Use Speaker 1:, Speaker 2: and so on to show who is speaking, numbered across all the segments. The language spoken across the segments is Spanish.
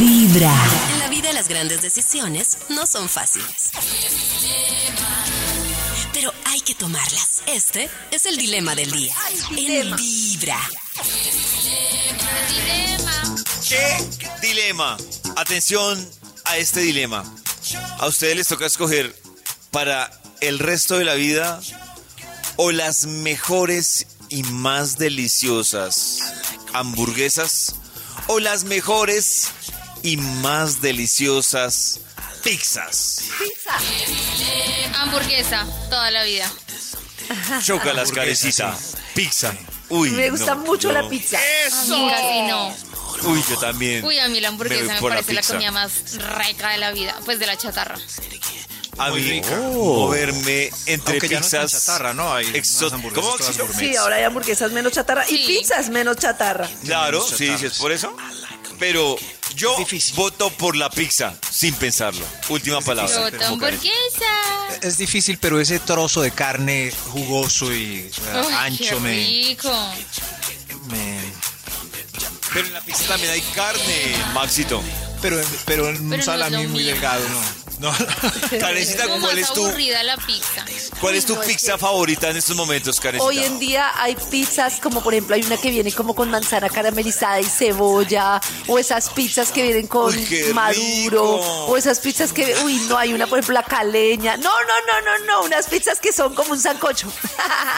Speaker 1: Vibra.
Speaker 2: En la vida las grandes decisiones no son fáciles. Pero hay que tomarlas. Este es el dilema del día. En Vibra.
Speaker 3: ¿Qué dilema? Atención a este dilema. A ustedes les toca escoger para el resto de la vida o las mejores y más deliciosas hamburguesas o las mejores y más deliciosas pizzas.
Speaker 4: Hamburguesa, toda la vida.
Speaker 3: Choca las carecita. Pizza. Uy,
Speaker 5: Me gusta
Speaker 3: no,
Speaker 5: mucho
Speaker 3: no.
Speaker 5: la pizza.
Speaker 4: Casi no.
Speaker 3: Uy, yo también.
Speaker 4: Uy, a mí la
Speaker 3: Me
Speaker 4: hamburguesa
Speaker 3: voy
Speaker 4: me,
Speaker 3: por
Speaker 4: parece la,
Speaker 3: pizza.
Speaker 4: comida más rica de la vida. Pues de la chatarra.
Speaker 3: A
Speaker 6: Muy
Speaker 3: mí,
Speaker 6: rica.
Speaker 3: moverme entre
Speaker 6: Oh. Aunque ya no es tan
Speaker 3: pizzas.
Speaker 6: chatarra, ¿no? Hay
Speaker 3: exo-
Speaker 6: unas hamburguesas
Speaker 3: ¿Cómo?
Speaker 6: todas
Speaker 3: Sí,
Speaker 6: gourmet.
Speaker 5: Sí, ahora hay hamburguesas menos chatarra y
Speaker 4: Sí.
Speaker 5: pizzas menos chatarra.
Speaker 3: Claro,
Speaker 6: Menos
Speaker 3: sí, sí, es
Speaker 6: chatarras.
Speaker 3: por eso. Pero yo
Speaker 6: difícil.
Speaker 3: voto por la pizza, sin pensarlo. Última palabra.
Speaker 4: Yo voto hamburguesa.
Speaker 6: Es difícil, pero ese trozo de carne jugoso y o sea,
Speaker 4: Uy,
Speaker 6: ancho
Speaker 4: qué
Speaker 6: me,
Speaker 4: rico.
Speaker 6: me-
Speaker 3: Pero en la pizza también hay carne, Maxito.
Speaker 6: Pero, pero en un
Speaker 4: Pero no es
Speaker 6: salami
Speaker 4: lo
Speaker 6: muy
Speaker 4: mío.
Speaker 6: delgado, no. no.
Speaker 3: Karencita,
Speaker 4: Como
Speaker 3: ¿cuál
Speaker 4: más
Speaker 3: es tu,
Speaker 4: aburrida la pizza.
Speaker 3: cuál es tu
Speaker 5: No, es
Speaker 3: pizza
Speaker 5: que-
Speaker 3: favorita en estos momentos, Karencita?
Speaker 5: Hoy en día hay pizzas como por ejemplo hay una que viene como con manzana caramelizada y cebolla o esas pizzas que vienen con
Speaker 3: Uy, qué
Speaker 5: maduro
Speaker 3: rico.
Speaker 5: o esas pizzas que uy no hay una por ejemplo la caleña no no no no no unas pizzas que son como un sancocho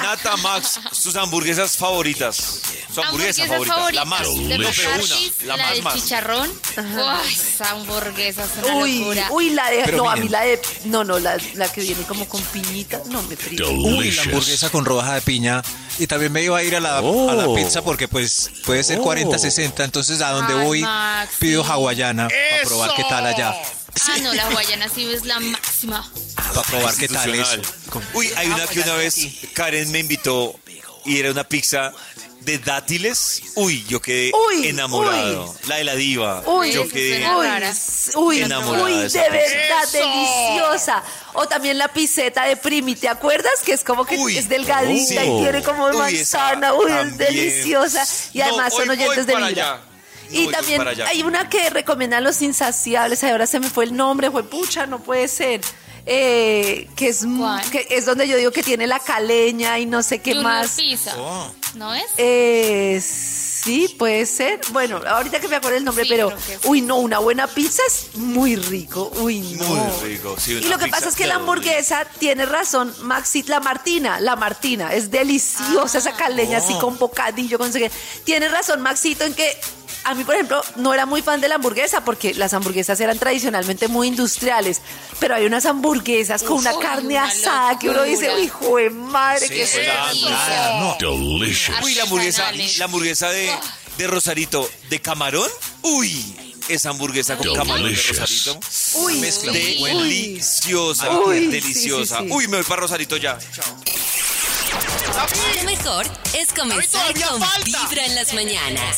Speaker 3: Nata, Max, sus hamburguesas favoritas. Su hamburguesa favorita. La más.
Speaker 4: De
Speaker 3: número
Speaker 4: Pocahontas,
Speaker 3: una,
Speaker 4: la,
Speaker 3: la más,
Speaker 4: de
Speaker 3: más.
Speaker 4: chicharrón. Uy, esa hamburguesa es una
Speaker 5: uy
Speaker 4: locura.
Speaker 5: uy la de
Speaker 6: Pero
Speaker 5: no a
Speaker 6: miren.
Speaker 5: mí la de no no la, la que viene como con piñita no me privo
Speaker 6: Uy, la hamburguesa con rodaja de piña. Y también me iba a ir a la, a la
Speaker 7: Oh.
Speaker 6: pizza porque pues puede ser
Speaker 7: Oh.
Speaker 6: 40-60. Entonces a donde
Speaker 4: Ay,
Speaker 6: voy
Speaker 4: Maxi.
Speaker 6: pido hawaiana para probar qué tal allá.
Speaker 4: Ah, no, la guayana sí es la máxima.
Speaker 6: Para probar qué tal eso. Con-
Speaker 3: Uy, hay una que una vez Karen me invitó y era una pizza de dátiles. Uy, yo quedé
Speaker 5: Uy,
Speaker 3: enamorado. La de la diva.
Speaker 5: Uy,
Speaker 3: yo
Speaker 4: eso
Speaker 3: quedé.
Speaker 4: suena
Speaker 5: uy,
Speaker 4: rara.
Speaker 5: s- uy,
Speaker 3: Enamorada
Speaker 5: uy,
Speaker 3: de
Speaker 5: de,
Speaker 3: esa
Speaker 5: verdad, deliciosa. O también la piseta de Primi, ¿te acuerdas? Que es como que
Speaker 3: Uy,
Speaker 5: es delgadita
Speaker 3: oh,
Speaker 5: y tiene como
Speaker 3: uy,
Speaker 5: manzana,
Speaker 3: esa
Speaker 5: uy, es
Speaker 3: también.
Speaker 5: deliciosa. Y
Speaker 3: No,
Speaker 5: además
Speaker 3: hoy
Speaker 5: son
Speaker 3: voy
Speaker 5: oyentes de
Speaker 3: para
Speaker 5: Vibra.
Speaker 3: allá. No,
Speaker 5: Y
Speaker 3: voy
Speaker 5: también
Speaker 3: para allá.
Speaker 5: hay una que recomiendan los insaciables, ahora se me fue el nombre, fue pucha, no puede ser. Eh, que es mu-
Speaker 4: ¿Cuál?
Speaker 5: que es donde yo digo que tiene la caleña y no sé qué
Speaker 4: Junior
Speaker 5: más.
Speaker 4: Pizza.
Speaker 6: Oh.
Speaker 4: ¿No es?
Speaker 5: Eh, sí, puede ser. Bueno, ahorita que me acuerdo el nombre,
Speaker 4: Sí,
Speaker 5: pero.
Speaker 4: creo que sí.
Speaker 5: Uy, no, una buena pizza es muy rico. Uy, no.
Speaker 3: Muy rico, sí,
Speaker 5: y
Speaker 3: una
Speaker 5: lo que
Speaker 3: pizza
Speaker 5: pasa es que la
Speaker 3: pero
Speaker 5: hamburguesa tiene razón, Maxi. La Martina, la Martina, es deliciosa
Speaker 4: Ah.
Speaker 5: esa caleña
Speaker 3: Oh.
Speaker 5: así con bocadillo, con no sé qué. Tiene razón, Maxito, en que. A mí, por ejemplo, no era muy fan de la hamburguesa porque las hamburguesas eran tradicionalmente muy industriales, pero hay unas hamburguesas con una
Speaker 4: Uy,
Speaker 5: carne
Speaker 4: una
Speaker 5: asada que uno dice,
Speaker 4: locura.
Speaker 5: hijo de madre,
Speaker 6: Sí,
Speaker 5: qué
Speaker 6: sí,
Speaker 5: rico".
Speaker 6: la dorada, no.
Speaker 7: Delicious.
Speaker 3: Uy, la hamburguesa,
Speaker 4: Artesanales.
Speaker 3: la hamburguesa
Speaker 5: Ah.
Speaker 3: de, de Rosarito de camarón. Uy, esa hamburguesa con camarón de
Speaker 7: Delicious.
Speaker 3: Rosarito.
Speaker 5: Uy,
Speaker 6: mezcla muy buena.
Speaker 3: Deliciosa,
Speaker 5: Uy, sí, sí,
Speaker 3: deliciosa.
Speaker 5: sí.
Speaker 3: Uy, me voy para Rosarito ya.
Speaker 2: Lo mejor es comenzar con Vibra en las mañanas.